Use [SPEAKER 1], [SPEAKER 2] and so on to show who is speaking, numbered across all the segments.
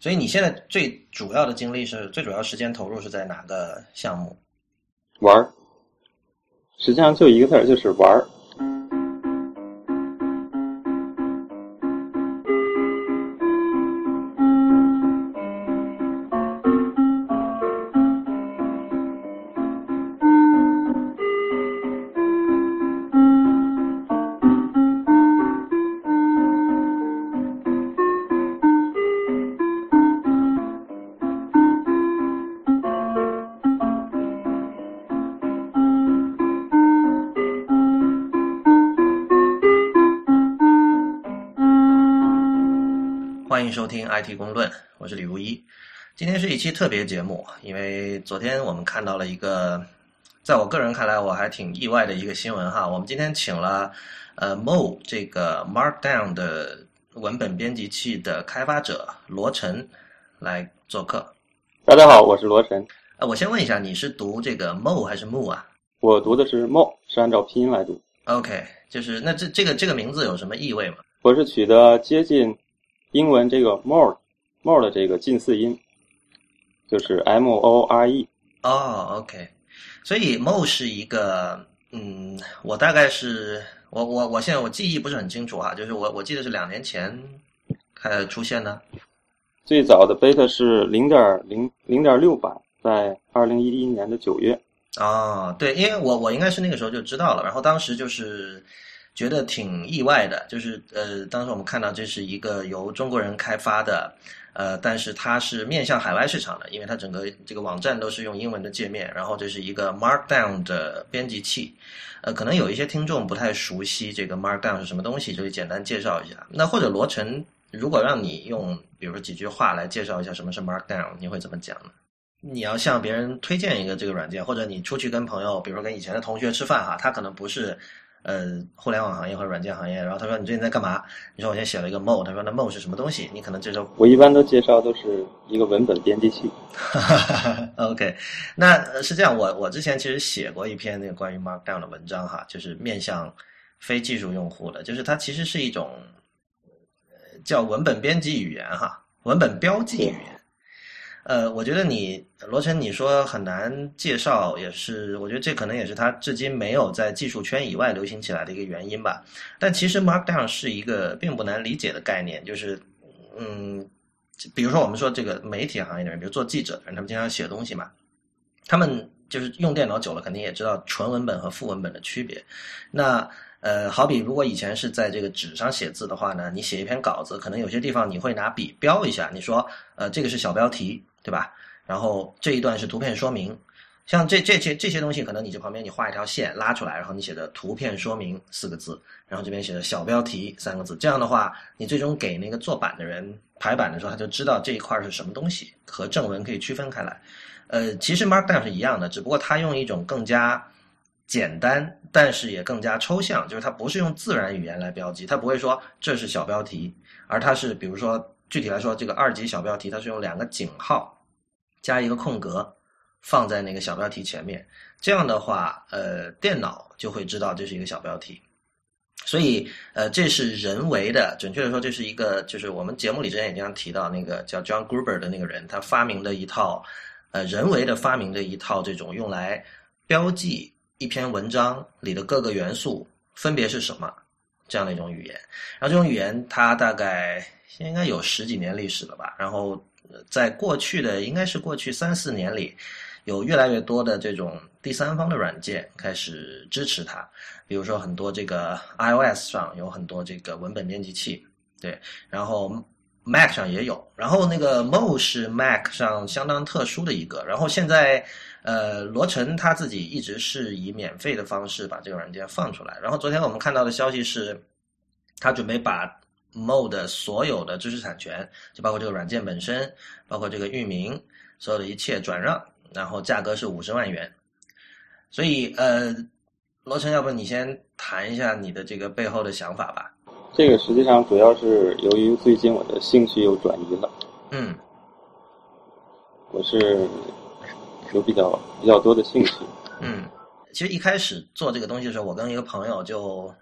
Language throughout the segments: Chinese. [SPEAKER 1] 所以你现在最主要的精力是最主要时间投入是在哪个项目？
[SPEAKER 2] 玩儿，实际上就一个字儿，就是玩儿。
[SPEAKER 1] 欢迎收听 IT 公论，我是李如一。今天是一期特别节目，因为昨天我们看到了一个，在我个人看来我还挺意外的一个新闻哈。我们今天请了呃 Mo 这个 Markdown 的文本编辑器的开发者罗晨来做客。
[SPEAKER 2] 大家好，我是罗晨，
[SPEAKER 1] 呃，我先问一下，你是读这个 Mo 还是 Mo 啊
[SPEAKER 2] 我读的是梦，是按照拼音来读。
[SPEAKER 1] ？OK，就是那这这个这个名字有什么意味吗？
[SPEAKER 2] 我是取的接近英文这个 more more 的这个近似音，就是 m o r e。
[SPEAKER 1] 哦，OK，所以 Mo 是一个，嗯，我大概是我我我现在我记忆不是很清楚啊，就是我我记得是两年前呃出现的，
[SPEAKER 2] 最早的 beta 是零点零零点六版，在二零一一年的九月。
[SPEAKER 1] 哦，对，因为我我应该是那个时候就知道了，然后当时就是觉得挺意外的，就是呃，当时我们看到这是一个由中国人开发的，呃，但是它是面向海外市场的，因为它整个这个网站都是用英文的界面，然后这是一个 Markdown 的编辑器，呃，可能有一些听众不太熟悉这个 Markdown 是什么东西，这里简单介绍一下。那或者罗晨，如果让你用比如说几句话来介绍一下什么是 Markdown，你会怎么讲呢？你要向别人推荐一个这个软件，或者你出去跟朋友，比如说跟以前的同学吃饭哈，他可能不是呃互联网行业或者软件行业，然后他说你最近在干嘛？你说我现在写了一个 Mo，他说那 Mo 是什么东西？你可能这时候
[SPEAKER 2] 我一般都介绍都是一个文本编辑器。
[SPEAKER 1] OK，那呃是这样，我我之前其实写过一篇那个关于 Markdown 的文章哈，就是面向非技术用户的，就是它其实是一种呃叫文本编辑语言哈，文本标记语言。呃，我觉得你罗晨你说很难介绍，也是我觉得这可能也是它至今没有在技术圈以外流行起来的一个原因吧。但其实 Markdown 是一个并不难理解的概念，就是嗯，比如说我们说这个媒体行业里面，比如做记者的人，他们经常写东西嘛，他们就是用电脑久了，肯定也知道纯文本和副文本的区别。那呃，好比如果以前是在这个纸上写字的话呢，你写一篇稿子，可能有些地方你会拿笔标一下，你说呃这个是小标题，对吧？然后这一段是图片说明。像这这些这些东西，可能你这旁边你画一条线拉出来，然后你写的“图片说明”四个字，然后这边写的小标题三个字。这样的话，你最终给那个做版的人排版的时候，他就知道这一块是什么东西，和正文可以区分开来。呃，其实 Markdown 是一样的，只不过它用一种更加简单，但是也更加抽象，就是它不是用自然语言来标记，它不会说这是小标题，而它是比如说具体来说，这个二级小标题它是用两个井号加一个空格放在那个小标题前面，这样的话，呃，电脑就会知道这是一个小标题。所以，呃，这是人为的，准确的说，这是一个，就是我们节目里之前也经常提到那个叫 John Gruber 的那个人，他发明的一套，呃，人为的发明的一套这种用来标记一篇文章里的各个元素分别是什么这样的一种语言。然后这种语言它大概现在应该有十几年历史了吧。然后呃在过去的应该是过去三四年里，有越来越多的这种第三方的软件开始支持它，比如说很多这个 iOS 上有很多这个文本编辑器，对，然后 Mac 上也有，然后那个 Mo 是 Mac 上相当特殊的一个，然后现在呃罗晨他自己一直是以免费的方式把这个软件放出来，然后昨天我们看到的消息是，他准备把 Mo 的所有的知识产权，就包括这个软件本身，包括这个域名，所有的一切转让，然后价格是五十万元，所以呃。罗晨，要不你先谈一下你的这个背后的想法吧？
[SPEAKER 2] 这个实际上主要是由于最近我的兴趣又转移了，
[SPEAKER 1] 嗯
[SPEAKER 2] 我是有比较比较多的兴趣。
[SPEAKER 1] 嗯，其实一开始做这个东西的时候，我跟一个朋友就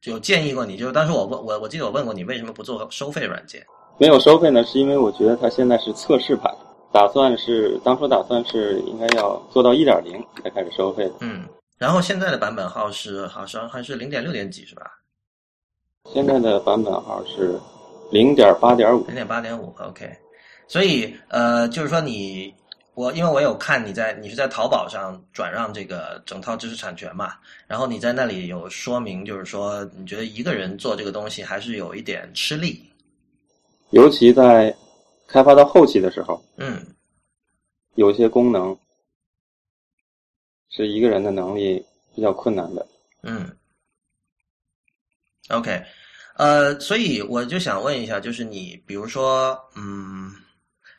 [SPEAKER 1] 就建议过你，就是当时我问我我记得我问过你为什么不做收费软件，
[SPEAKER 2] 没有收费呢，是因为我觉得它现在是测试版，打算是当初打算是应该要做到一点零才开始收费的。
[SPEAKER 1] 嗯，然后现在的版本号是好像还是零点六点几是吧？
[SPEAKER 2] 现在的版本号是零点八点五
[SPEAKER 1] 零，点八点五，OK。所以呃，就是说你我，因为我有看你在你是在淘宝上转让这个整套知识产权嘛，然后你在那里有说明，就是说你觉得一个人做这个东西还是有一点吃力，
[SPEAKER 2] 尤其在开发到后期的时候，
[SPEAKER 1] 嗯
[SPEAKER 2] 有一些功能是一个人的能力比较困难的。
[SPEAKER 1] 嗯，OK。呃，所以我就想问一下，就是你，比如说，嗯，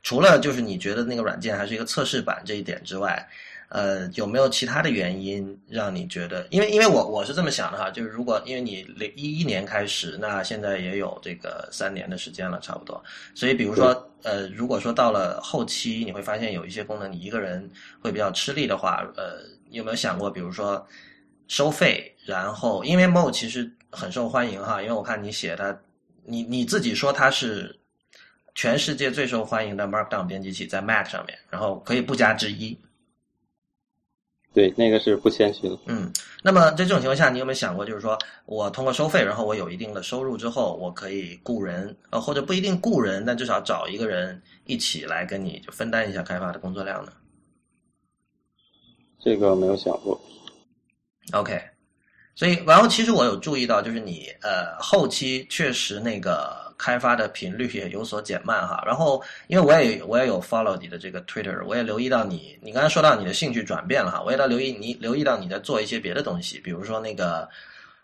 [SPEAKER 1] 除了就是你觉得那个软件还是一个测试版这一点之外，呃，有没有其他的原因让你觉得？因为因为我我是这么想的哈，就是如果因为你零一一年开始，那现在也有这个三年的时间了，差不多。所以比如说，呃，如果说到了后期，你会发现有一些功能你一个人会比较吃力的话，呃，你有没有想过，比如说收费？然后因为 Mo 其实很受欢迎哈，因为我看你写它，你你自己说它是全世界最受欢迎的 Markdown 编辑器在 Mac 上面，然后可以不加之一。
[SPEAKER 2] 对，那个是不谦虚了。
[SPEAKER 1] 嗯，那么在这种情况下，你有没有想过，就是说我通过收费，然后我有一定的收入之后，我可以雇人，呃，或者不一定雇人，但至少找一个人一起来跟你就分担一下开发的工作量呢
[SPEAKER 2] 这个没有想过。
[SPEAKER 1] ？OK，所以然后其实我有注意到，就是你呃后期确实那个开发的频率也有所减慢哈。然后因为我也我也有 follow 你的这个 Twitter，我也留意到你，你刚才说到你的兴趣转变了哈，我也到留意你留意到你在做一些别的东西，比如说那个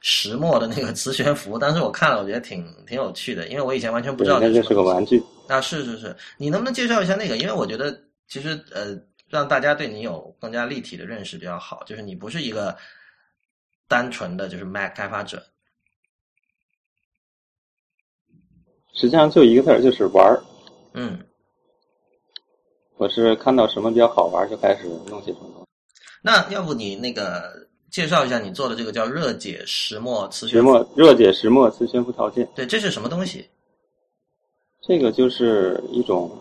[SPEAKER 1] 石墨的那个磁悬浮，当时我看了，我觉得挺挺有趣的，因为我以前完全不
[SPEAKER 2] 对，
[SPEAKER 1] 知道
[SPEAKER 2] 那
[SPEAKER 1] 这
[SPEAKER 2] 就是是
[SPEAKER 1] 什
[SPEAKER 2] 个
[SPEAKER 1] 么东西。
[SPEAKER 2] 玩具。
[SPEAKER 1] 啊，是是是，你能不能介绍一下那个？因为我觉得其实呃，让大家对你有更加立体的认识比较好。就是你不是一个单纯的就是 Mac 开发者，
[SPEAKER 2] 实际上就一个字儿，就是玩儿。
[SPEAKER 1] 嗯，
[SPEAKER 2] 我是看到什么比较好玩儿就开始弄些什么东西。
[SPEAKER 1] 那要不你那个介绍一下你做的这个叫热解石墨磁悬
[SPEAKER 2] 石
[SPEAKER 1] 浮，
[SPEAKER 2] 墨热解石墨磁悬浮套件，
[SPEAKER 1] 对，这是什么东西？
[SPEAKER 2] 这个就是一种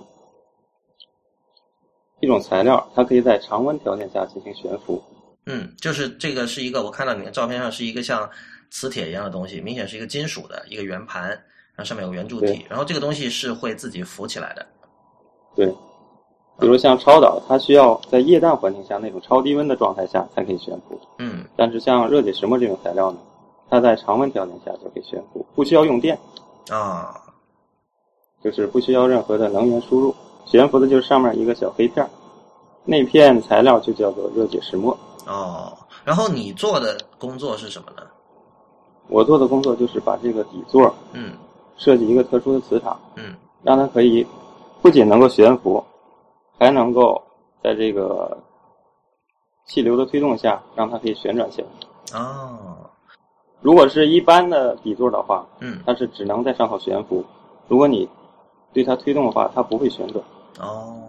[SPEAKER 2] 一种材料，它可以在常温条件下进行悬浮。
[SPEAKER 1] 嗯，就是这个是一个，我看到你的照片上是一个像磁铁一样的东西，明显是一个金属的一个圆盘，然后上面有个圆柱体
[SPEAKER 2] 对，
[SPEAKER 1] 然后这个东西是会自己浮起来的。
[SPEAKER 2] 对，比如像超导，它需要在液氮环境下那种超低温的状态下才可以悬浮，
[SPEAKER 1] 嗯
[SPEAKER 2] 但是像热解石墨这种材料呢，它在常温条件下就可以悬浮，不需要用电，
[SPEAKER 1] 啊、
[SPEAKER 2] 就是不需要任何的能源输入，悬浮的就是上面一个小黑片儿，那片材料就叫做热解石墨。
[SPEAKER 1] 哦，然后你做的工作是什么呢？
[SPEAKER 2] 我做的工作就是把这个底座
[SPEAKER 1] 嗯
[SPEAKER 2] 设计一个特殊的磁场，
[SPEAKER 1] 嗯
[SPEAKER 2] 让它可以不仅能够悬浮，还能够在这个气流的推动下让它可以旋转起来。
[SPEAKER 1] 哦
[SPEAKER 2] 如果是一般的底座的话，
[SPEAKER 1] 嗯
[SPEAKER 2] 它是只能在上头悬浮。如果你对它推动的话，它不会旋转。
[SPEAKER 1] 哦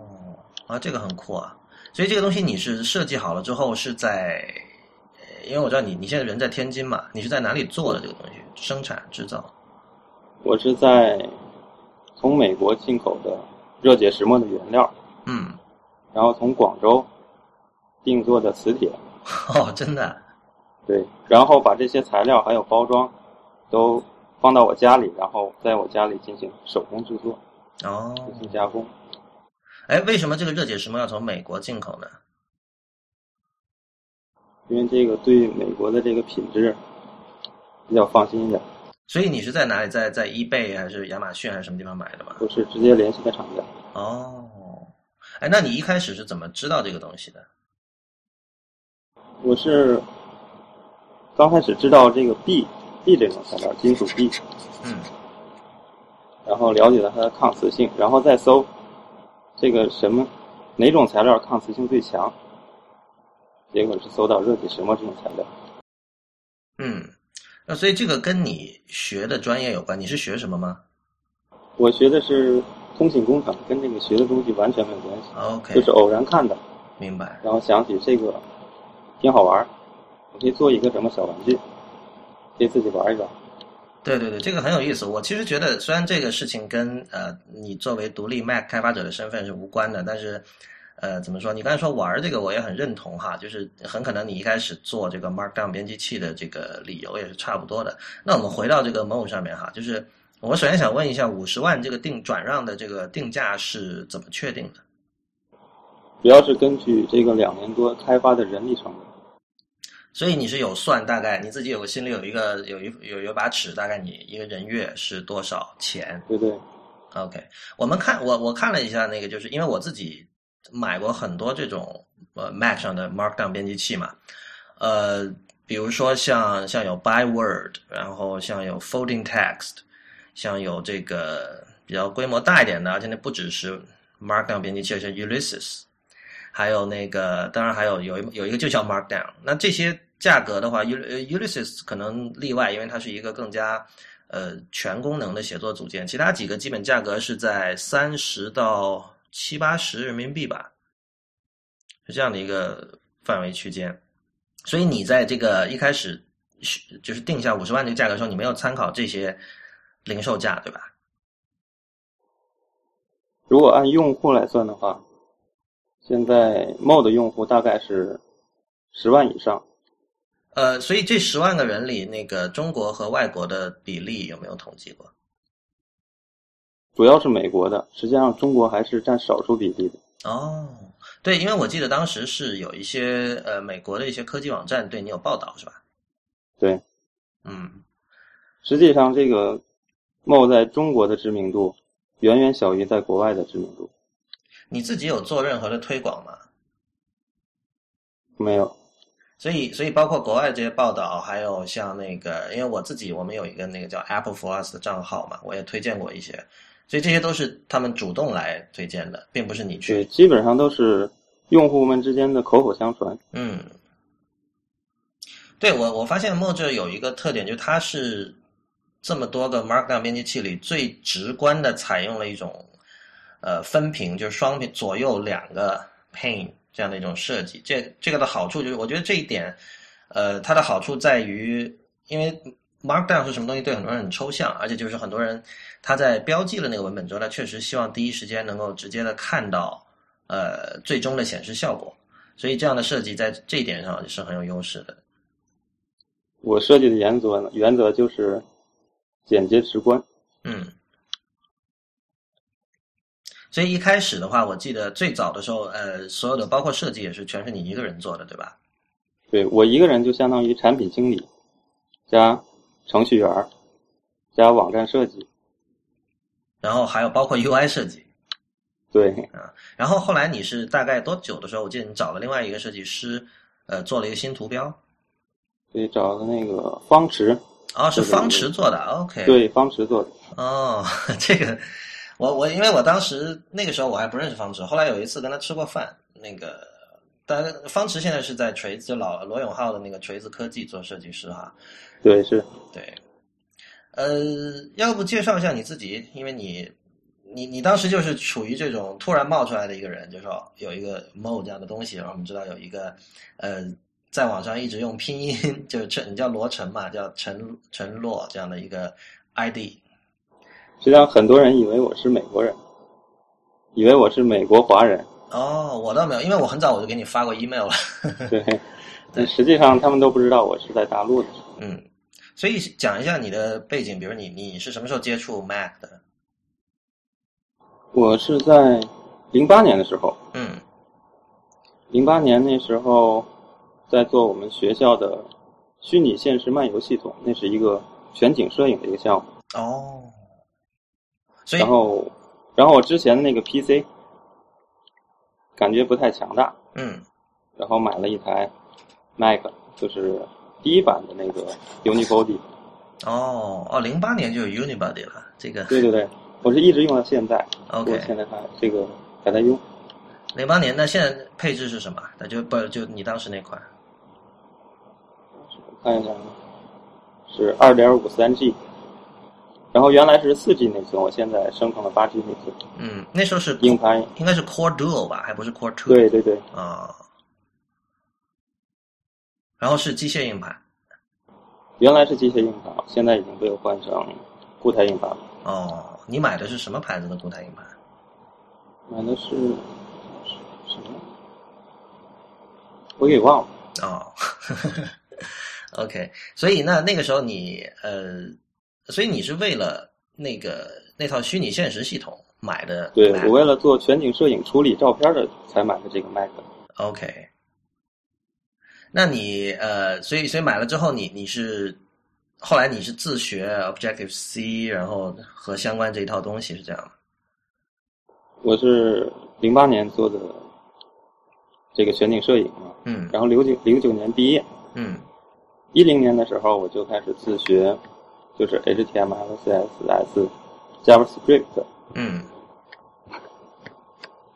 [SPEAKER 1] 啊，这个很酷啊！所以这个东西你是设计好了之后是在，呃因为我知道你你现在人在天津嘛，你是在哪里做的这个东西？生产制造？
[SPEAKER 2] 我是在从美国进口的热解石墨的原料，
[SPEAKER 1] 嗯，
[SPEAKER 2] 然后从广州定做的磁铁，
[SPEAKER 1] 哦，真的
[SPEAKER 2] 对，然后把这些材料还有包装都放到我家里，然后在我家里进行手工制作、
[SPEAKER 1] 哦。
[SPEAKER 2] 进行加工。
[SPEAKER 1] 哎，为什么这个热解石墨要从美国进口呢？
[SPEAKER 2] 因为这个对美国的这个品质比较放心一点，
[SPEAKER 1] 所以你是在哪里，在在 eBay 还是亚马逊还是什么地方买的吗？
[SPEAKER 2] 不是直接联系的厂家。
[SPEAKER 1] 哦，哎，那你一开始是怎么知道这个东西的？
[SPEAKER 2] 我是刚开始知道这个 B B 这种材料，金属 B，
[SPEAKER 1] 嗯
[SPEAKER 2] 然后了解了它的抗磁性，然后再搜这个什么哪种材料抗磁性最强，结果是搜到热解石墨这种材料。
[SPEAKER 1] 嗯，那所以这个跟你学的专业有关，你是学什么吗
[SPEAKER 2] 我学的是通信工程，跟这个学的东西完全没有关系，
[SPEAKER 1] ？OK，
[SPEAKER 2] 就是偶然看的，
[SPEAKER 1] 明白。
[SPEAKER 2] 然后想起这个挺好玩儿，我可以做一个什么小玩具，可以自己玩一玩。
[SPEAKER 1] 对对对，这个很有意思。我其实觉得，虽然这个事情跟呃你作为独立 Mac 开发者的身份是无关的，但是呃怎么说？你刚才说玩儿这个，我也很认同哈，就是很可能你一开始做这个 Markdown 编辑器的这个理由也是差不多的。那我们回到这个 Mo 上面哈，就是我首先想问一下，五十万这个定转让的这个定价是怎么确定的？
[SPEAKER 2] 主要是根据这个两年多开发的人力成本。
[SPEAKER 1] 所以你是有算大概，你自己有个心里有一个有一有有一把尺，大概你一个人月是多少钱
[SPEAKER 2] 对对，
[SPEAKER 1] ？OK，我们看我我看了一下那个，就是因为我自己买过很多这种呃 Mac 上的 Markdown 编辑器嘛，呃，比如说像像有 Byword，然后像有 Folding Text，像有这个比较规模大一点的，而且那不只是 Markdown 编辑器，而且 Ulysses，还有那个，当然还有有一有一个就叫 Markdown。那这些价格的话，U 呃 Ulysses 可能例外，因为它是一个更加呃全功能的写作组件。其他几个基本价格是在三十到七八十人民币吧，是这样的一个范围区间。所以你在这个一开始是就是定下五十万这个价格的时候，你没有参考这些零售价，对吧？
[SPEAKER 2] 如果按用户来算的话，现在 Mo 的用户大概是十万以上，
[SPEAKER 1] 呃，所以这十万个人里，那个中国和外国的比例有没有统计过？
[SPEAKER 2] 主要是美国的，实际上中国还是占少数比例的。
[SPEAKER 1] 哦，对，因为我记得当时是有一些呃美国的一些科技网站对你有报道是吧？
[SPEAKER 2] 对，
[SPEAKER 1] 嗯，
[SPEAKER 2] 实际上这个 Mo 在中国的知名度远远小于在国外的知名度。
[SPEAKER 1] 你自己有做任何的推广吗？
[SPEAKER 2] 没有，
[SPEAKER 1] 所以，所以包括国外这些报道，还有像那个，因为我自己我们有一个那个叫 Apple for Us 的账号嘛，我也推荐过一些，所以这些都是他们主动来推荐的，并不是你
[SPEAKER 2] 对，
[SPEAKER 1] 去。
[SPEAKER 2] 基本上都是用户们之间的口口相传。
[SPEAKER 1] 嗯，对我我发现墨这有一个特点，就是它是这么多个 Markdown 编辑器里最直观的采用了一种呃分屏，就是双屏左右两个 pane 这样的一种设计。这这个的好处就是，我觉得这一点，呃，它的好处在于，因为 Markdown 是什么东西，对很多人很抽象，而且就是很多人他在标记了那个文本之后，他确实希望第一时间能够直接的看到呃最终的显示效果。所以这样的设计在这一点上是很有优势的。
[SPEAKER 2] 我设计的原则呢，原则就是简洁直观。
[SPEAKER 1] 嗯，所以一开始的话，我记得最早的时候，呃，所有的包括设计也是全是你一个人做的，对吧？
[SPEAKER 2] 对我一个人就相当于产品经理加程序员儿加网站设计。
[SPEAKER 1] 然后还有包括 UI 设计，
[SPEAKER 2] 对，
[SPEAKER 1] 然后后来你是大概多久的时候？我记得你找了另外一个设计师，呃，做了一个新图标，
[SPEAKER 2] 所以找的那个方池，
[SPEAKER 1] 哦，是
[SPEAKER 2] 对对
[SPEAKER 1] 方
[SPEAKER 2] 对
[SPEAKER 1] 池做的，OK，
[SPEAKER 2] 对方池做的。
[SPEAKER 1] 哦，这个，我我因为我当时那个时候我还不认识方池，后来有一次跟他吃过饭，那个，但方池现在是在锤子，就老罗永浩的那个锤子科技做设计师哈，
[SPEAKER 2] 对，是
[SPEAKER 1] 对，呃，要不介绍一下你自己，因为你你你当时就是处于这种突然冒出来的一个人，就说有一个 Mo 这样的东西，然后我们知道有一个呃，在网上一直用拼音， 就是陈，你叫罗晨嘛，叫陈陈洛这样的一个 ID，
[SPEAKER 2] 实际上很多人以为我是美国人，以为我是美国华人。
[SPEAKER 1] 哦，我倒没有，因为我很早我就给你发过 email 了。
[SPEAKER 2] 对，但实际上他们都不知道我是在大陆的。
[SPEAKER 1] 嗯，所以讲一下你的背景，比如你你是什么时候接触 Mac 的？
[SPEAKER 2] 我是在零八年的时候，
[SPEAKER 1] 嗯
[SPEAKER 2] 零八年那时候在做我们学校的虚拟现实漫游系统，那是一个全景摄影的一个项目。
[SPEAKER 1] 哦，所以
[SPEAKER 2] 然后，然后我之前的那个 PC 感觉不太强大，
[SPEAKER 1] 嗯
[SPEAKER 2] 然后买了一台 Mac，就是第一版的那个 Unibody。
[SPEAKER 1] 哦哦，零八年就有 Unibody 了，这个
[SPEAKER 2] 对对对，我是一直用到现在，我
[SPEAKER 1] OK。
[SPEAKER 2] 现在还这个还在用。
[SPEAKER 1] 零八年那现在配置是什么？那就不就你当时那款
[SPEAKER 2] 我看一下，啊，是二点五三 G，然后原来是四 G 内存，我现在升成了八 G 内存，
[SPEAKER 1] 嗯，那时候是
[SPEAKER 2] 硬盘。
[SPEAKER 1] 应该是 Core Duo 吧，还不是 Core Two 哦
[SPEAKER 2] 对对对，
[SPEAKER 1] 啊、然后是机械硬盘
[SPEAKER 2] 原来是机械印刷，现在已经被换成固态印刷了。
[SPEAKER 1] 哦，你买的是什么牌子的固态硬盘？
[SPEAKER 2] 买的是什么？我给忘了。
[SPEAKER 1] 哦 ，OK，所以那那个时候你呃，所以你是为了那个那套虚拟现实系统买的
[SPEAKER 2] 对
[SPEAKER 1] Mac
[SPEAKER 2] 我为了做全景摄影处理照片的，才买的这个 Mac。
[SPEAKER 1] OK，那你呃，所以所以买了之后你，你是后来你是自学 Objective C，然后和相关这一套东西是这样吗？
[SPEAKER 2] 我是零八年做的这个全景摄影嘛，
[SPEAKER 1] 嗯
[SPEAKER 2] 然后零九零九年毕业，
[SPEAKER 1] 嗯
[SPEAKER 2] 一零年的时候我就开始自学，就是 HTML、CSS、JavaScript，
[SPEAKER 1] 嗯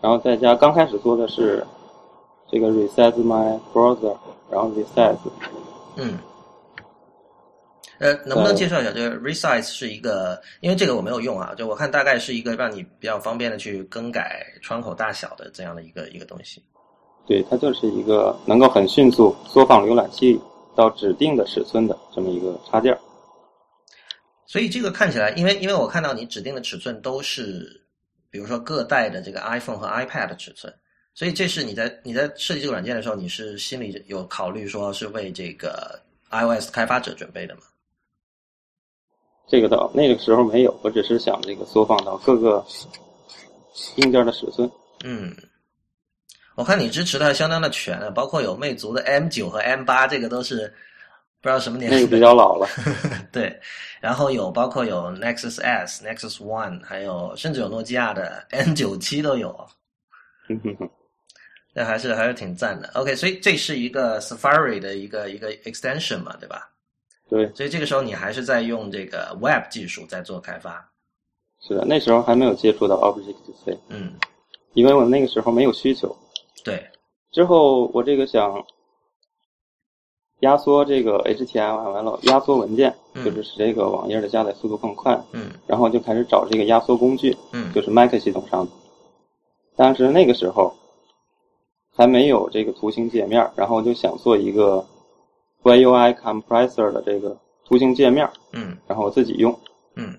[SPEAKER 2] 然后在家刚开始做的是这个 resize my browser，然后 resize
[SPEAKER 1] 嗯。呃，能不能
[SPEAKER 2] 嗯
[SPEAKER 1] 介绍一下，就是 resize 是一个，因为这个我没有用啊，就我看大概是一个让你比较方便的去更改窗口大小的这样的一个一个东西。
[SPEAKER 2] 对，它就是一个能够很迅速缩放浏览器到指定的尺寸的这么一个插件儿。
[SPEAKER 1] 所以这个看起来，因为因为我看到你指定的尺寸都是，比如说各代的这个 iPhone 和 iPad 的尺寸，所以这是你在你在设计这个软件的时候，你是心里有考虑说是为这个 iOS 开发者准备的吗？
[SPEAKER 2] 这个倒那个时候没有，我只是想这个缩放到各个硬件的尺寸。
[SPEAKER 1] 嗯，我看你支持的还相当的全啊，包括有魅族的 M 九和 M 八，这个都是不知道什么年
[SPEAKER 2] 那个
[SPEAKER 1] 代
[SPEAKER 2] 比较老了，
[SPEAKER 1] 对，然后有包括有 Nexus S、Nexus One，还有甚至有诺基亚的 N 九七都有。那还是还是挺赞的。OK，所以这是一个 Safari 的一个一个 extension 嘛，对吧？
[SPEAKER 2] 对，
[SPEAKER 1] 所以这个时候你还是在用这个 Web 技术在做开发。
[SPEAKER 2] 是的，那时候还没有接触到 Object C，
[SPEAKER 1] 嗯，
[SPEAKER 2] 因为我那个时候没有需求。
[SPEAKER 1] 对，
[SPEAKER 2] 之后我这个想压缩这个 HTML，压缩文件，
[SPEAKER 1] 嗯
[SPEAKER 2] 就是使这个网页的下载速度更快，
[SPEAKER 1] 嗯
[SPEAKER 2] 然后就开始找这个压缩工具，
[SPEAKER 1] 嗯
[SPEAKER 2] 就是 Mac 系统上的。但是那个时候还没有这个图形界面，然后我就想做一个 YUI compressor 的这个图形界面，
[SPEAKER 1] 嗯
[SPEAKER 2] 然后我自己用。
[SPEAKER 1] 嗯。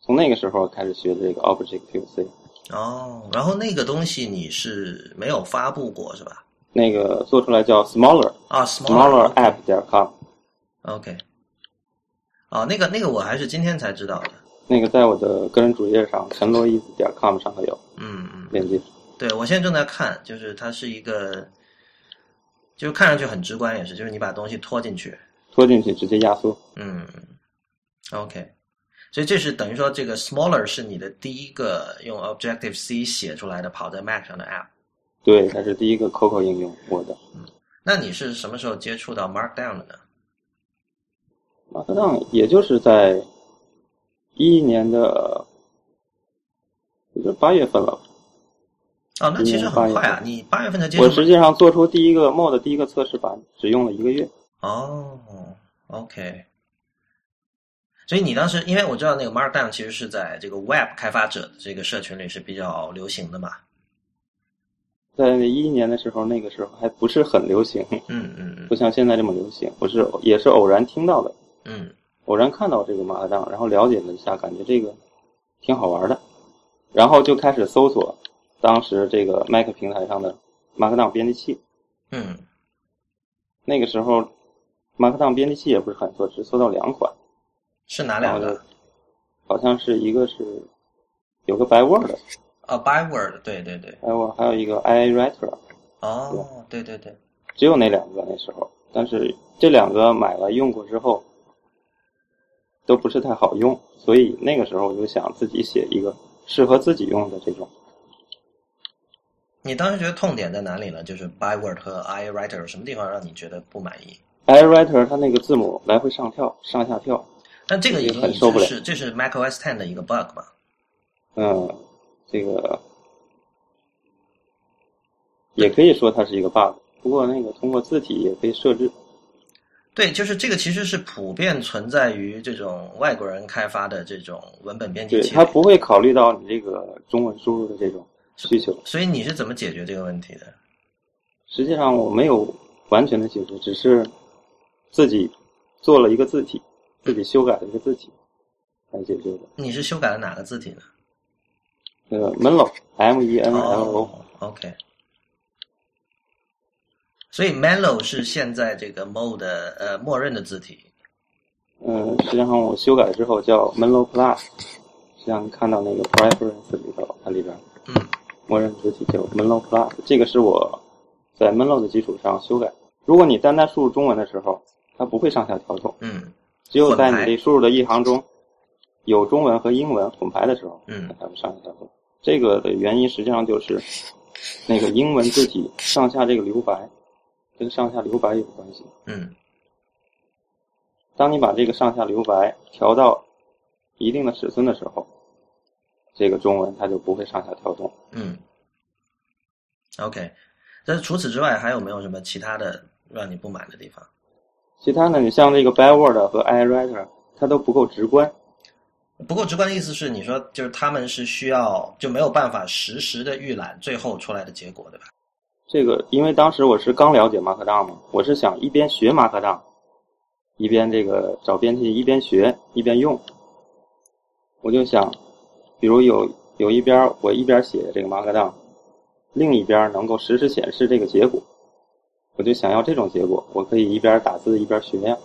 [SPEAKER 2] 从那个时候开始学这个 Objective C，
[SPEAKER 1] 哦，然后那个东西你是没有发布过是吧？
[SPEAKER 2] 那个做出来叫 Smaller
[SPEAKER 1] 啊，smaller
[SPEAKER 2] Smaller App 点 com，
[SPEAKER 1] OK。哦，那个那个我还是今天才知道的。
[SPEAKER 2] 那个在我的个人主页上陈罗伊子点 com 上头有
[SPEAKER 1] 嗯嗯。
[SPEAKER 2] 链接。
[SPEAKER 1] 对，我现在正在看，就是它是一个，就是看上去很直观，也是，就是你把东西拖进去，
[SPEAKER 2] 拖进去直接压缩，
[SPEAKER 1] 嗯，OK，所以这是等于说这个 Smaller 是你的第一个用 Objective C 写出来的跑在 Mac 上的 App。
[SPEAKER 2] 对，它是第一个 Coco 应用，我的。
[SPEAKER 1] 那你是什么时候接触到 Markdown 的呢？
[SPEAKER 2] 马特当也就是在一一年的，也就是八月份了。
[SPEAKER 1] 哦，那其实很快啊，
[SPEAKER 2] 嗯
[SPEAKER 1] 你八月份才接
[SPEAKER 2] 我
[SPEAKER 1] 触
[SPEAKER 2] 实际上做出第一个 Mod 第一个测试版只用了一个月。
[SPEAKER 1] 哦，OK。所以你当时，因为我知道那个 Markdown 其实是在这个 Web 开发者的这个社群里是比较流行的嘛，
[SPEAKER 2] 在一一年的时候，那个时候还不是很流行，
[SPEAKER 1] 嗯嗯
[SPEAKER 2] 不像现在这么流行。我是也是偶然听到的，
[SPEAKER 1] 嗯
[SPEAKER 2] 偶然看到这个马特当，然后了解了一下，感觉这个挺好玩的，然后就开始搜索当时这个 Mac 平台上的 Markdown 编辑器。
[SPEAKER 1] 嗯嗯，
[SPEAKER 2] 那个时候，Markdown 编辑器也不是很多，只搜到两款。
[SPEAKER 1] 是哪
[SPEAKER 2] 然后
[SPEAKER 1] 两
[SPEAKER 2] 就
[SPEAKER 1] 个？
[SPEAKER 2] 好像是一个是有个 By Word 的
[SPEAKER 1] 啊、b y w o r d 对对对，
[SPEAKER 2] ，By Word，还有一个 I Writer，
[SPEAKER 1] 哦，对对对，
[SPEAKER 2] 只有那两个那时候。但是这两个买了用过之后，都不是太好用，所以那个时候我就想自己写一个适合自己用的这种。
[SPEAKER 1] 你当时觉得痛点在哪里呢？就是 Byword 和 iWriter 有什么地方让你觉得不满意？
[SPEAKER 2] I Writer 它那个字母来回上跳上下跳，
[SPEAKER 1] 但这个已经
[SPEAKER 2] 很
[SPEAKER 1] 已
[SPEAKER 2] 受不
[SPEAKER 1] 经
[SPEAKER 2] 了
[SPEAKER 1] 是这是 macOS 10的一个 bug 嘛？
[SPEAKER 2] 嗯，这个也可以说它是一个 bug，不过那个通过字体也可以设置。
[SPEAKER 1] 对，就是这个其实是普遍存在于这种外国人开发的这种文本编辑
[SPEAKER 2] 对，
[SPEAKER 1] 器里，
[SPEAKER 2] 它不会考虑到你这个中文输入的这种需求。
[SPEAKER 1] 所以你是怎么解决这个问题的？
[SPEAKER 2] 实际上我没有完全的解决，只是自己做了一个字体，自己修改了一个字体来解决的。
[SPEAKER 1] 你是修改了哪个字体呢？
[SPEAKER 2] 那个 Menlo M E N L O，、
[SPEAKER 1] 哦，OK。所以 Melo 是现在这个 Mo 的呃默认的字体。
[SPEAKER 2] 嗯，实际上我修改了之后叫 Menlo Plus，实际上你看到那个 Preference 里头，它里边
[SPEAKER 1] 嗯
[SPEAKER 2] 默认字体叫 Menlo Plus，这个是我在 Menlo 的基础上修改。如果你单单输入中文的时候，它不会上下调动，
[SPEAKER 1] 嗯
[SPEAKER 2] 只有在
[SPEAKER 1] 混排
[SPEAKER 2] 你这输入的一行中有中文和英文混排的时候，它
[SPEAKER 1] 嗯
[SPEAKER 2] 才会上下调动。这个的原因实际上就是那个英文字体上下这个留白，跟上下留白有关系。
[SPEAKER 1] 嗯
[SPEAKER 2] 当你把这个上下留白调到一定的尺寸的时候，这个中文它就不会上下跳动。
[SPEAKER 1] 嗯。OK，但是除此之外还有没有什么其他的让你不满的地方？
[SPEAKER 2] 其他呢，你像这个 Byword 和 iWriter，它都不够直观。
[SPEAKER 1] 不够直观的意思是，你说就是他们是需要就没有办法实时的预览最后出来的结果，对吧？
[SPEAKER 2] 这个，因为当时我是刚了解马克档嘛，我是想一边学马克档，一边这个找编辑，一边学一边用。我就想，比如有有一边我一边写这个马克档，另一边能够实时显示这个结果，我就想要这种结果，我可以一边打字一边学呀，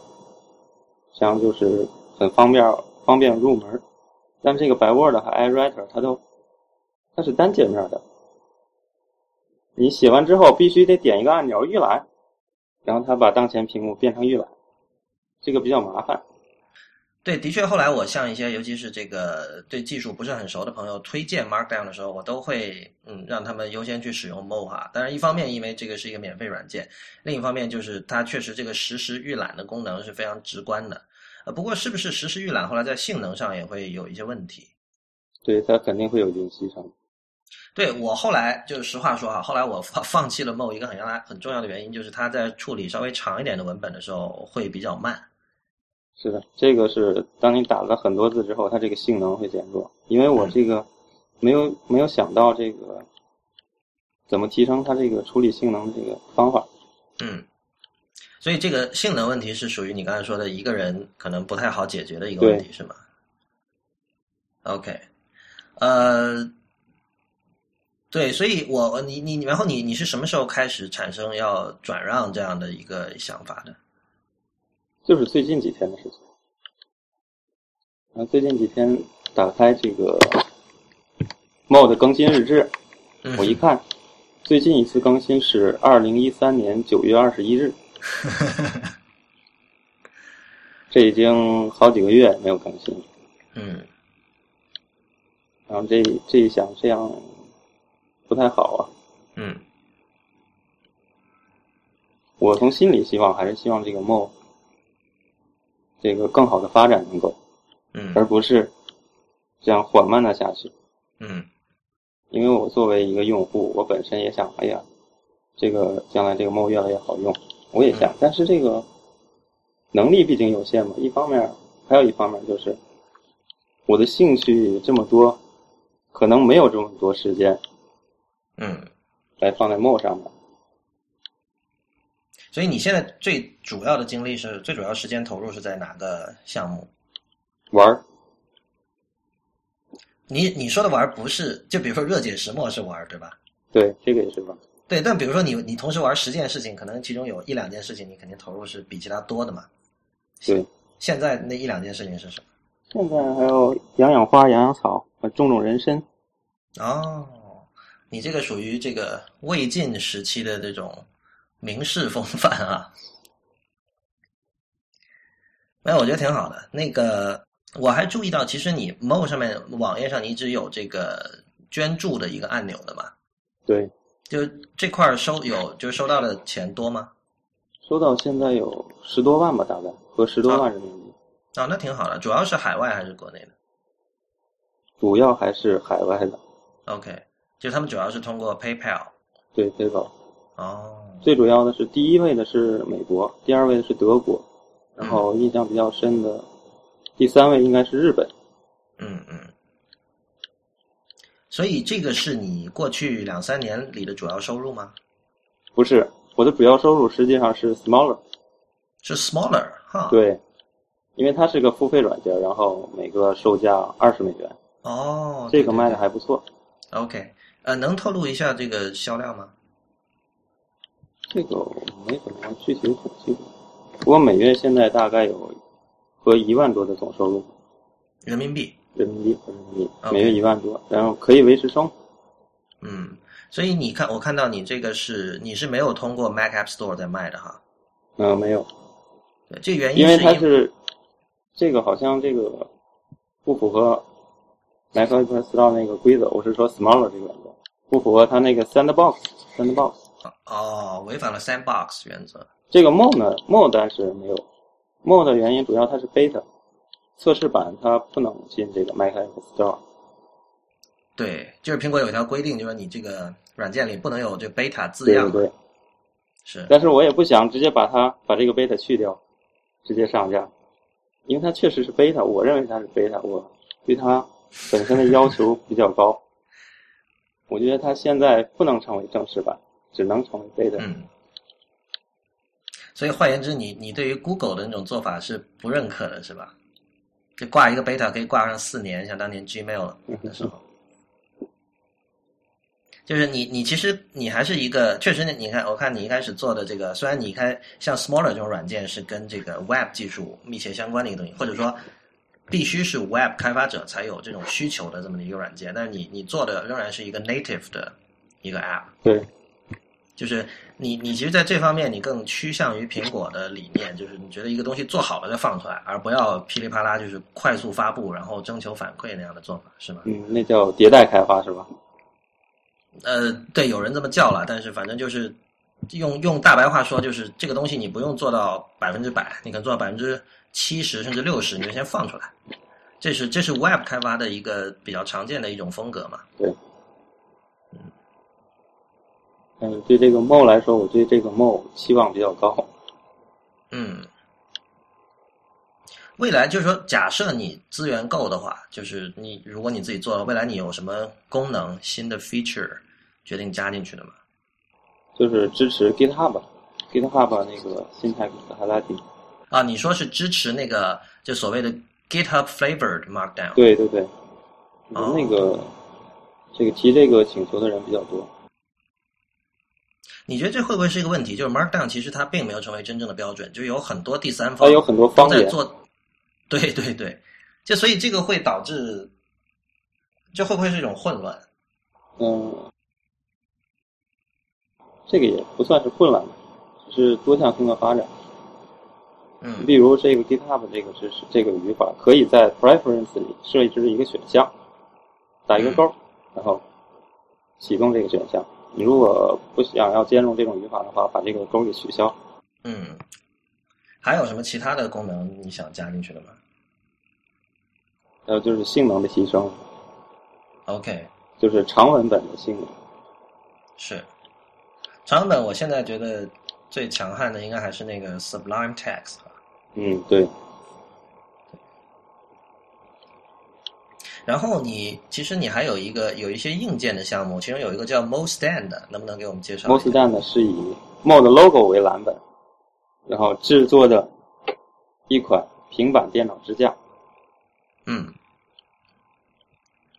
[SPEAKER 2] 这样就是很方便方便入门。但这个白 Word 和 iWriter 它都它是单界面的，你写完之后必须得点一个按钮预览，然后它把当前屏幕变成预览，这个比较麻烦。
[SPEAKER 1] 对，的确，后来我向一些，尤其是这个对技术不是很熟的朋友推荐 Markdown 的时候，我都会嗯让他们优先去使用 Mo 哈。当然，一方面因为这个是一个免费软件，另一方面就是它确实这个实时预览的功能是非常直观的。呃，不过是不是实时预览后来在性能上也会有一些问题？
[SPEAKER 2] 对，它肯定会有一定牺牲。
[SPEAKER 1] 对我后来就是实话说啊，后来我放放弃了 Mo 一个很原来很重要的原因就是它在处理稍微长一点的文本的时候会比较慢。
[SPEAKER 2] 是的，这个是当你打了很多字之后，它这个性能会减弱。因为我这个没有没有想到这个怎么提升它这个处理性能的这个方法。
[SPEAKER 1] 嗯，所以这个性能问题是属于你刚才说的一个人可能不太好解决的一个
[SPEAKER 2] 对
[SPEAKER 1] 问题，是吗？OK，呃，对，所以我你你然后你你是什么时候开始产生要转让这样的一个想法的？
[SPEAKER 2] 就是最近几天的事情。然后最近几天打开这个 Mod 更新日志，
[SPEAKER 1] 嗯
[SPEAKER 2] 我一看，最近一次更新是二零一三年九月二十一日，这已经好几个月没有更新了。
[SPEAKER 1] 嗯
[SPEAKER 2] 然后这这一想这样不太好啊，
[SPEAKER 1] 嗯
[SPEAKER 2] 我从心里希望还是希望这个 Mod 这个更好的发展能够，而
[SPEAKER 1] 嗯
[SPEAKER 2] 不是这样缓慢的下去。
[SPEAKER 1] 嗯
[SPEAKER 2] 因为我作为一个用户，我本身也想，哎呀，这个将来这个 Mo 越来越好用，我也想，但是这个能力毕竟有限嘛。一方面，还有一方面就是我的兴趣这么多，可能没有这么多时间
[SPEAKER 1] 嗯，
[SPEAKER 2] 来放在 Mo 上面。
[SPEAKER 1] 所以你现在最主要的精力是最主要时间投入是在哪个项目？
[SPEAKER 2] 玩儿
[SPEAKER 1] 你你说的玩儿不是就比如说热解石墨是玩儿对吧？
[SPEAKER 2] 对，这个也是吧。
[SPEAKER 1] 对，但比如说你你同时玩十件事情，可能其中有一两件事情你肯定投入是比其他多的嘛。
[SPEAKER 2] 对，
[SPEAKER 1] 现在那一两件事情是什么？
[SPEAKER 2] 现在还有养养花、养养草，种种人参。
[SPEAKER 1] 哦，你这个属于这个魏晋时期的这种名士风范啊。没有，哎我觉得挺好的。那个我还注意到，其实你 Mo 上面网页上你一直有这个捐助的一个按钮的嘛，
[SPEAKER 2] 对，
[SPEAKER 1] 就这块儿收有就是收到的钱多吗？
[SPEAKER 2] 收到现在有十多万吧，大概和十多万人民币，
[SPEAKER 1] 哦，那挺好的，主要是海外还是国内的？
[SPEAKER 2] 主要还是海外的，
[SPEAKER 1] OK，就他们主要是通过 PayPal
[SPEAKER 2] 对，非宝。
[SPEAKER 1] 哦，
[SPEAKER 2] 最主要的是，第一位的是美国，第二位的是德国，然后印象比较深的第三位应该是日本。
[SPEAKER 1] 嗯嗯，所以这个是你过去两三年里的主要收入吗？
[SPEAKER 2] 不是，我的主要收入实际上是 Smaller，
[SPEAKER 1] 是 Smaller 哈，
[SPEAKER 2] 对，因为它是个付费软件，然后每个售价二十美元，
[SPEAKER 1] 哦，
[SPEAKER 2] 这个
[SPEAKER 1] 对对
[SPEAKER 2] 卖的还不错。
[SPEAKER 1] 对 OK，呃，能透露一下这个销量吗？
[SPEAKER 2] 这个我没怎么具体统计过，不过每月现在大概有和一万多的总收入，
[SPEAKER 1] 人民币，
[SPEAKER 2] 人民币，人民币
[SPEAKER 1] OK
[SPEAKER 2] 每月一万多，然后可以维持生活。
[SPEAKER 1] 嗯，所以你看，我看到你这个是你是没有通过 Mac App Store 在卖的哈，
[SPEAKER 2] 嗯、没有，
[SPEAKER 1] 对，这原
[SPEAKER 2] 因为
[SPEAKER 1] 哎是
[SPEAKER 2] 它
[SPEAKER 1] 因
[SPEAKER 2] 是这个好像这个不符合 Mac OS Store 那个规则，我是说 Smaller 这个原则不符合它那个 Sandbox Sandbox
[SPEAKER 1] 哦，违反了 Sandbox 原则。
[SPEAKER 2] 这个 Mo 呢，Mo 但是没有 Mo 的原因主要它是 Beta 测试版，它不能进这个 Mac App Store。
[SPEAKER 1] 对，就是苹果有一条规定，就是你这个软件里不能有这 beta 字
[SPEAKER 2] 对
[SPEAKER 1] 样
[SPEAKER 2] 对
[SPEAKER 1] 嘛，
[SPEAKER 2] 对，
[SPEAKER 1] 是
[SPEAKER 2] 但是我也不想直接把它把这个 beta 去掉，直接上架，因为它确实是 beta，我认为它是 beta，我对它本身的要求比较高，我觉得它现在不能成为正式版，只能成为 beta。
[SPEAKER 1] 嗯。所以换言之，你你对于 Google 的那种做法是不认可的，是吧？就挂一个 beta 可以挂上四年，像当年 Gmail 的时候。就是你，你其实你还是一个，确实你，你看，我看你一开始做的这个，虽然你开像 Smaller 这种软件是跟这个 Web 技术密切相关的一个东西，或者说必须是 Web 开发者才有这种需求的这么一个软件，但是你你做的仍然是一个 Native 的一个 App，
[SPEAKER 2] 对，
[SPEAKER 1] 就是你，你其实在这方面，你更趋向于苹果的理念，就是你觉得一个东西做好了再放出来，而不要噼里啪啦就是快速发布，然后征求反馈那样的做法，是吗？
[SPEAKER 2] 嗯，那叫迭代开发是吧？
[SPEAKER 1] 呃，对，有人这么叫了，但是反正就是用用大白话说，就是这个东西你不用做到百分之百，你可能做到百分之七十甚至六十，你就先放出来。这是这是 Web 开发的一个比较常见的一种风格嘛？
[SPEAKER 2] 但嗯是对这个 Mo 来说，我对这个 Mo 期望比较高。
[SPEAKER 1] 嗯，未来就是说，假设你资源够的话，就是你如果你自己做了，未来你有什么功能、新的 feature 决定加进去的吗？
[SPEAKER 2] 就是支持 GitHub。GitHub 那个 syntax 还拉丁，
[SPEAKER 1] 啊，你说是支持那个就所谓的 GitHub flavored Markdown？
[SPEAKER 2] 对对对，
[SPEAKER 1] 哦
[SPEAKER 2] 那个这个提这个请求的人比较多，
[SPEAKER 1] 你觉得这会不会是一个问题？就是 Markdown 其实它并没有成为真正的标准，就是有很多第三
[SPEAKER 2] 它
[SPEAKER 1] 方
[SPEAKER 2] 有很多
[SPEAKER 1] 都
[SPEAKER 2] 方
[SPEAKER 1] 在
[SPEAKER 2] 言，
[SPEAKER 1] 做， 对对对，就所以这个会导致，这会不会是一种混乱？
[SPEAKER 2] 嗯，这个也不算是混乱吧，只是多项性的发展。
[SPEAKER 1] 嗯
[SPEAKER 2] 例如这个 GitHub 这个知识，这个语法可以在 Preference 里设置一个选项，打一个勾，然后启动这个选项。你如果不想要兼容这种语法的话，把这个勾给取消。
[SPEAKER 1] 嗯，还有什么其他的功能你想加进去的吗
[SPEAKER 2] 还有就是性能的提升，
[SPEAKER 1] ？OK，
[SPEAKER 2] 就是长文本的性能。
[SPEAKER 1] 是长本，我现在觉得最强悍的应该还是那个 Sublime Text 吧。
[SPEAKER 2] 嗯，对，
[SPEAKER 1] 然后你其实你还有一个有一些硬件的项目，其中有一个叫 MoStand，的能不能给我们介绍一
[SPEAKER 2] m o
[SPEAKER 1] 下
[SPEAKER 2] s t a n 呢是以 Mod logo 为蓝本，然后制作的一款平板电脑支架。
[SPEAKER 1] 嗯，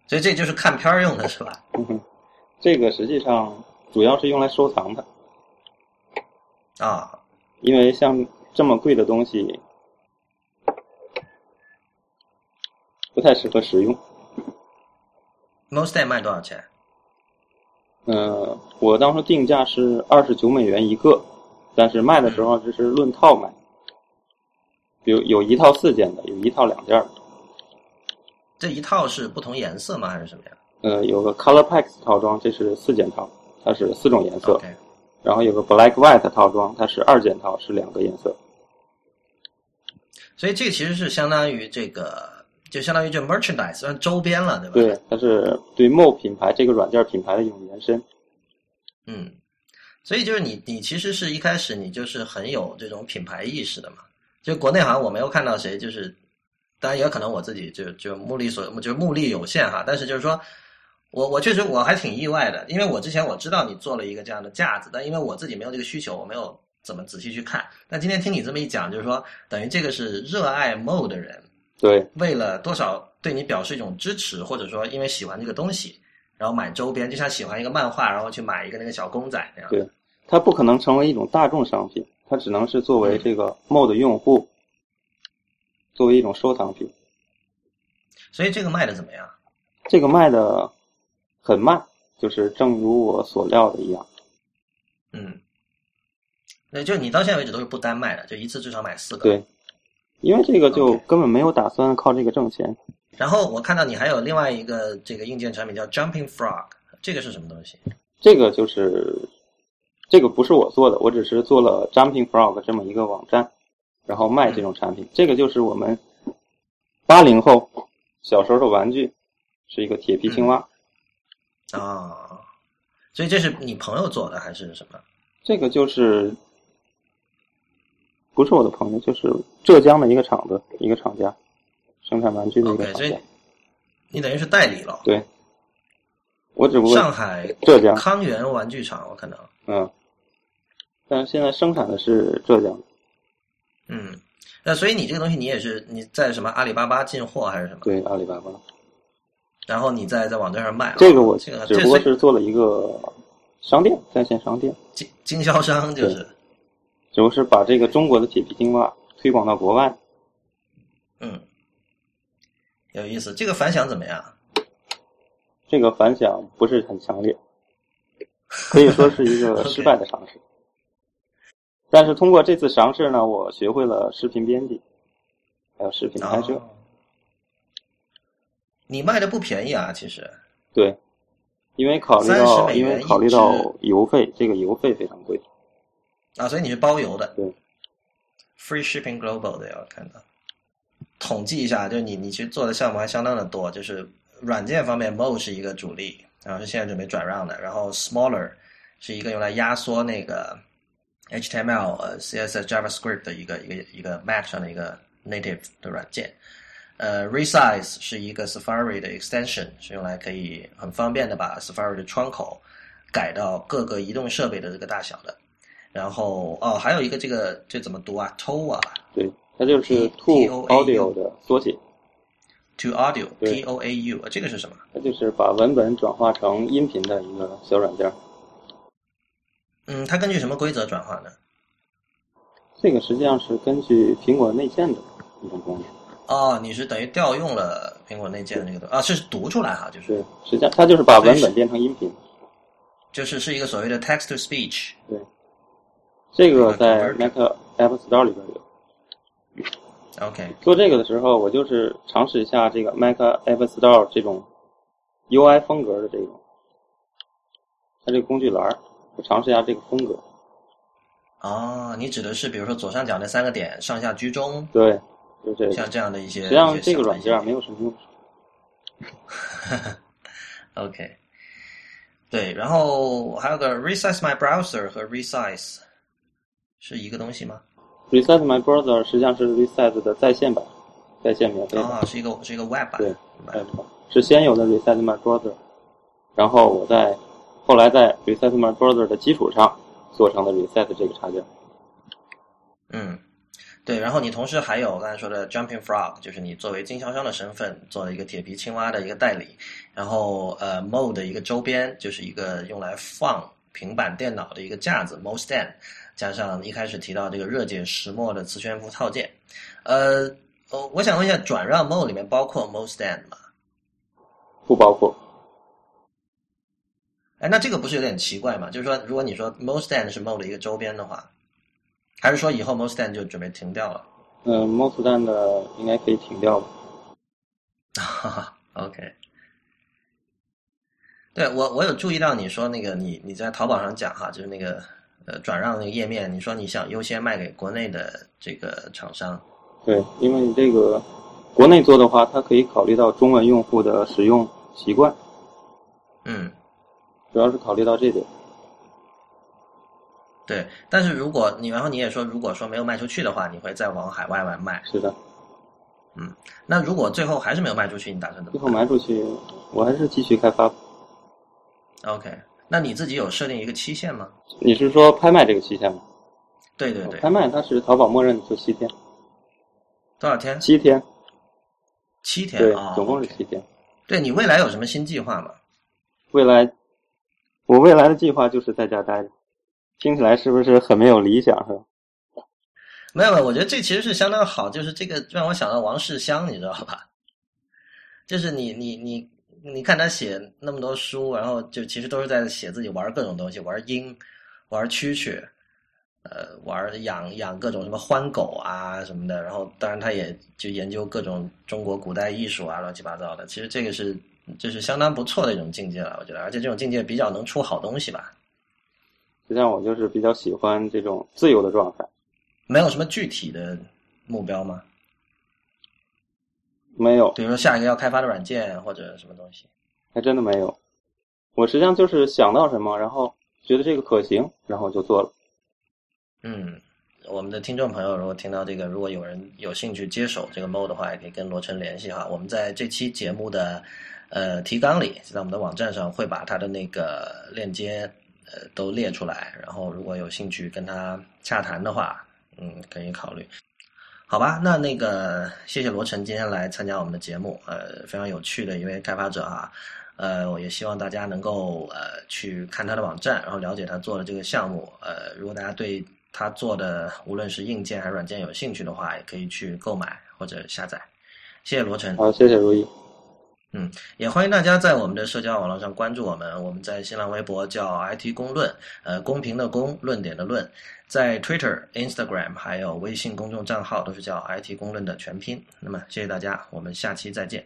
[SPEAKER 1] 所以这就是看片儿用的是吧？
[SPEAKER 2] 嗯哼，这个实际上主要是用来收藏的，
[SPEAKER 1] 啊，
[SPEAKER 2] 因为像这么贵的东西不太适合使用。
[SPEAKER 1] MoStand 卖多少钱？
[SPEAKER 2] 嗯、我当时定价是二十九美元一个，但是卖的时候这是论套卖，比如有一套四件的，有一套两件的，
[SPEAKER 1] 这一套是不同颜色吗？还是什么呀
[SPEAKER 2] 呃，有个 Color Packs 套装，这是四件套，它是四种颜色。
[SPEAKER 1] ？OK，
[SPEAKER 2] 然后有个 Black White 套装，它是二件套，是两个颜色。
[SPEAKER 1] 所以这其实是相当于这个，就相当于这 merchandise 算周边了，对吧？
[SPEAKER 2] 对，它是对 Mo 品牌这个软件品牌的一种延伸。
[SPEAKER 1] 嗯，所以就是你，你其实是一开始你就是很有这种品牌意识的嘛。就国内好像我没有看到谁就是，当然也有可能我自己就就目力所就目力有限哈。但是就是说我我确实我还挺意外的，因为我之前我知道你做了一个这样的架子，但因为我自己没有这个需求，我没有怎么仔细去看。但今天听你这么一讲，就是说，等于这个是热爱 Mo 的人，
[SPEAKER 2] 对
[SPEAKER 1] 为了多少对你表示一种支持，或者说因为喜欢这个东西，然后买周边，就像喜欢一个漫画，然后去买一个那个小公仔那样。
[SPEAKER 2] 对它不可能成为一种大众商品，它只能是作为这个 MOD 用户，作为一种收藏品。
[SPEAKER 1] 所以这个卖的怎么样？
[SPEAKER 2] 这个卖的很慢，就是正如我所料的一样。
[SPEAKER 1] 嗯，那就你到现在为止都是不单卖的，就一次至少买四个。
[SPEAKER 2] 对，因为这个就
[SPEAKER 1] OK
[SPEAKER 2] 根本没有打算靠这个挣钱。
[SPEAKER 1] 然后我看到你还有另外一个这个硬件产品叫 Jumping Frog，这个是什么东西？
[SPEAKER 2] 这个就是，这个不是我做的，我只是做了 Jumping Frog 这么一个网站，然后卖这种产品。这个就是我们八零后小时候的玩具，是一个铁皮青蛙。
[SPEAKER 1] 嗯啊、所以这是你朋友做的还是什么？
[SPEAKER 2] 这个就是不是我的朋友，就是浙江的一个厂子，一个厂家生产玩具的一个
[SPEAKER 1] OK，
[SPEAKER 2] 厂
[SPEAKER 1] 所以
[SPEAKER 2] 家。
[SPEAKER 1] 你等于是代理了。
[SPEAKER 2] 对，我只不过
[SPEAKER 1] 上海
[SPEAKER 2] 浙江，
[SPEAKER 1] 康源玩具厂，我看到。
[SPEAKER 2] 嗯，但是现在生产的是浙江的，
[SPEAKER 1] 嗯，那所以你这个东西你也是你在什么阿里巴巴进货还是什么？
[SPEAKER 2] 对阿里巴巴。
[SPEAKER 1] 然后你再在网站上卖啊。
[SPEAKER 2] 这个我
[SPEAKER 1] 这个
[SPEAKER 2] 只不过
[SPEAKER 1] 这
[SPEAKER 2] 是做了一个商店，在线商店，
[SPEAKER 1] 经经销商就是。
[SPEAKER 2] 只不过是把这个中国的铁皮青蛙推广到国外。
[SPEAKER 1] 嗯，有意思，这个反响怎么样？
[SPEAKER 2] 这个反响不是很强烈，可以说是一个
[SPEAKER 1] OK
[SPEAKER 2] 失败的尝试。但是通过这次尝试呢，我学会了视频编辑，还有视频拍摄。
[SPEAKER 1] 哦你卖的不便宜啊，其实。
[SPEAKER 2] 对，因为考虑
[SPEAKER 1] 30
[SPEAKER 2] 到
[SPEAKER 1] 美元
[SPEAKER 2] 因为考虑到
[SPEAKER 1] 一支
[SPEAKER 2] 邮费，这个邮费非常贵。
[SPEAKER 1] 啊，所以你是包邮的。
[SPEAKER 2] 对
[SPEAKER 1] ，Free Shipping Global 的要看到，统计一下，就是你你其实做的项目还相当的多，就是软件方面 Mo 是一个主力，然后是现在准备转让的，然后 Smaller 是一个用来压缩那个 HTML、呃、CSS、JavaScript 的一个一个一个 Mac 上的一个 native 的软件。呃，Resize 是一个 Safari 的 extension，是用来可以很方便的把 Safari 的窗口改到各个移动设备的这个大小的。然后哦，还有一个这个这怎么读啊？Toa
[SPEAKER 2] 对，它就是 To
[SPEAKER 1] T- TOAU
[SPEAKER 2] Audio 的缩写，
[SPEAKER 1] to Audio
[SPEAKER 2] 对
[SPEAKER 1] T O A U，这个是什么？
[SPEAKER 2] 它就是把文本转化成音频的一个小软件儿。
[SPEAKER 1] 嗯，它根据什么规则转化呢？
[SPEAKER 2] 这个实际上是根据苹果内建的一种功能。
[SPEAKER 1] 哦，你是等于调用了苹果内建的这个东啊，是读出来哈，就是
[SPEAKER 2] 对，实际上它就是把
[SPEAKER 1] 所以
[SPEAKER 2] 文
[SPEAKER 1] 是
[SPEAKER 2] 本变成音频。
[SPEAKER 1] 就是是一个所谓的 text to speech。
[SPEAKER 2] 这个在
[SPEAKER 1] 嗯
[SPEAKER 2] Mac App Store 里边有。
[SPEAKER 1] OK，
[SPEAKER 2] 做这个的时候，我就是尝试一下这个 Mac App Store 这种 UI 风格的这种，它这个工具栏儿，我尝试一下这个风格。
[SPEAKER 1] 哦，你指的是比如说左上角那三个点上下居中，
[SPEAKER 2] 对，就这个。
[SPEAKER 1] 像这样的一些。
[SPEAKER 2] 实际上
[SPEAKER 1] 一些
[SPEAKER 2] 这
[SPEAKER 1] 小
[SPEAKER 2] 个软
[SPEAKER 1] 东西
[SPEAKER 2] 件儿没有什么用处。
[SPEAKER 1] OK，对，然后还有个 resize my browser 和 resize 是一个东西吗？
[SPEAKER 2] Reset My Browser 实际上是 Reset 的在线版，在线免费版。
[SPEAKER 1] 啊、是一个是一个 web 版。
[SPEAKER 2] 对
[SPEAKER 1] 吧
[SPEAKER 2] 是先有的 Reset My Browser，然后我在后来在 Reset My Browser 的基础上做成了 Reset 这个插件。
[SPEAKER 1] 嗯，对，然后你同时还有刚才说的 Jumping Frog，就是你作为经销商的身份做了一个铁皮青蛙的一个代理，然后呃 Mo 的一个周边，就是一个用来放平板电脑的一个架子 Mo Stand，加上一开始提到这个热解石墨的磁悬浮套件，呃，我我想问一下，转让 Mo 里面包括 Mo Stand 吗？
[SPEAKER 2] 不包括。
[SPEAKER 1] 哎，那这个不是有点奇怪吗？就是说，如果你说 Mo Stand 是 Mo 的一个周边的话，还是说以后 Mo Stand 就准备停掉了？
[SPEAKER 2] 嗯、m o s t 蛋的应该可以停掉吧？
[SPEAKER 1] 哈哈，OK。对我，我有注意到你说那个你你在淘宝上讲哈，就是那个呃转让那个页面，你说你想优先卖给国内的这个厂商，
[SPEAKER 2] 对，因为这个国内做的话，它可以考虑到中文用户的使用习惯，
[SPEAKER 1] 嗯，
[SPEAKER 2] 主要是考虑到这点。
[SPEAKER 1] 对。但是如果你然后你也说，如果说没有卖出去的话，你会再往海外外卖。
[SPEAKER 2] 是的，
[SPEAKER 1] 那如果最后还是没有卖出去，你打算怎
[SPEAKER 2] 最
[SPEAKER 1] 么
[SPEAKER 2] 后
[SPEAKER 1] 办
[SPEAKER 2] 卖出去，我还是继续开发。
[SPEAKER 1] ？OK，那你自己有设定一个期限吗？
[SPEAKER 2] 你是说拍卖这个期限吗？
[SPEAKER 1] 对对对，
[SPEAKER 2] 拍卖它是淘宝默认的就七天，
[SPEAKER 1] 多少天？
[SPEAKER 2] 七天，
[SPEAKER 1] 七天
[SPEAKER 2] 对
[SPEAKER 1] 啊，，
[SPEAKER 2] 总共是
[SPEAKER 1] OK
[SPEAKER 2] 七天。
[SPEAKER 1] 对你未来有什么新计划吗？
[SPEAKER 2] 未来，我未来的计划就是在家待着，听起来是不是很没有理想？是吧？
[SPEAKER 1] 没有，没有，我觉得这其实是相当好，就是这个让我想到王世襄，你知道吧？就是你你你你看他写那么多书，然后就其实都是在写自己玩各种东西，玩鹰，玩蛐蛐，呃，玩养养各种什么欢狗啊什么的。然后当然他也就研究各种中国古代艺术啊乱七八糟的。其实这个是就是相当不错的一种境界了，我觉得，而且这种境界比较能出好东西吧，
[SPEAKER 2] 实际上我就是比较喜欢这种自由的状态，
[SPEAKER 1] 没有什么具体的目标吗？
[SPEAKER 2] 没有，
[SPEAKER 1] 比如说下一个要开发的软件或者什么东西。
[SPEAKER 2] 还真的没有。我实际上就是想到什么，然后觉得这个可行，然后就做了。
[SPEAKER 1] 嗯，我们的听众朋友如果听到这个，如果有人有兴趣接手这个 MO 的话，也可以跟罗晨联系哈。我们在这期节目的呃提纲里，在我们的网站上会把他的那个链接呃都列出来，然后如果有兴趣跟他洽谈的话，嗯，可以考虑。好吧，那那个谢谢罗晨今天来参加我们的节目，呃，非常有趣的一位开发者啊，呃，我也希望大家能够呃去看他的网站，然后了解他做的这个项目，呃，如果大家对他做的无论是硬件还是软件有兴趣的话，也可以去购买或者下载。谢谢罗晨。
[SPEAKER 2] 好，谢谢如意，
[SPEAKER 1] 也欢迎大家在我们的社交网络上关注我们。我们在新浪微博叫 IT 公论，呃，公平的公，论点的论，在 Twitter、Instagram 还有微信公众账号都是叫 IT 公论的全拼。那么谢谢大家，我们下期再见，